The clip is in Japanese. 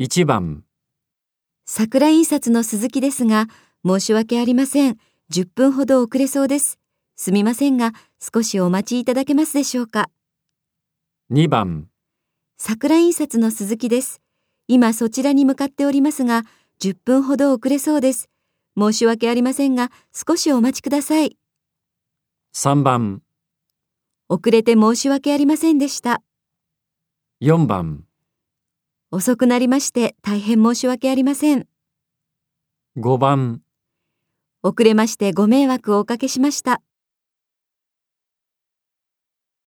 1番、桜印刷の鈴木ですが、申し訳ありません。10分ほど遅れそうです。すみませんが、少しお待ちいただけますでしょうか。 2番、桜印刷の鈴木です。今そちらに向かっておりますが、10分ほど遅れそうです。申し訳ありませんが、少しお待ちください。 3番、遅れて申し訳ありませんでした。 4番、遅くなりまして大変申し訳ありません。 5番。遅れましてご迷惑をおかけしました。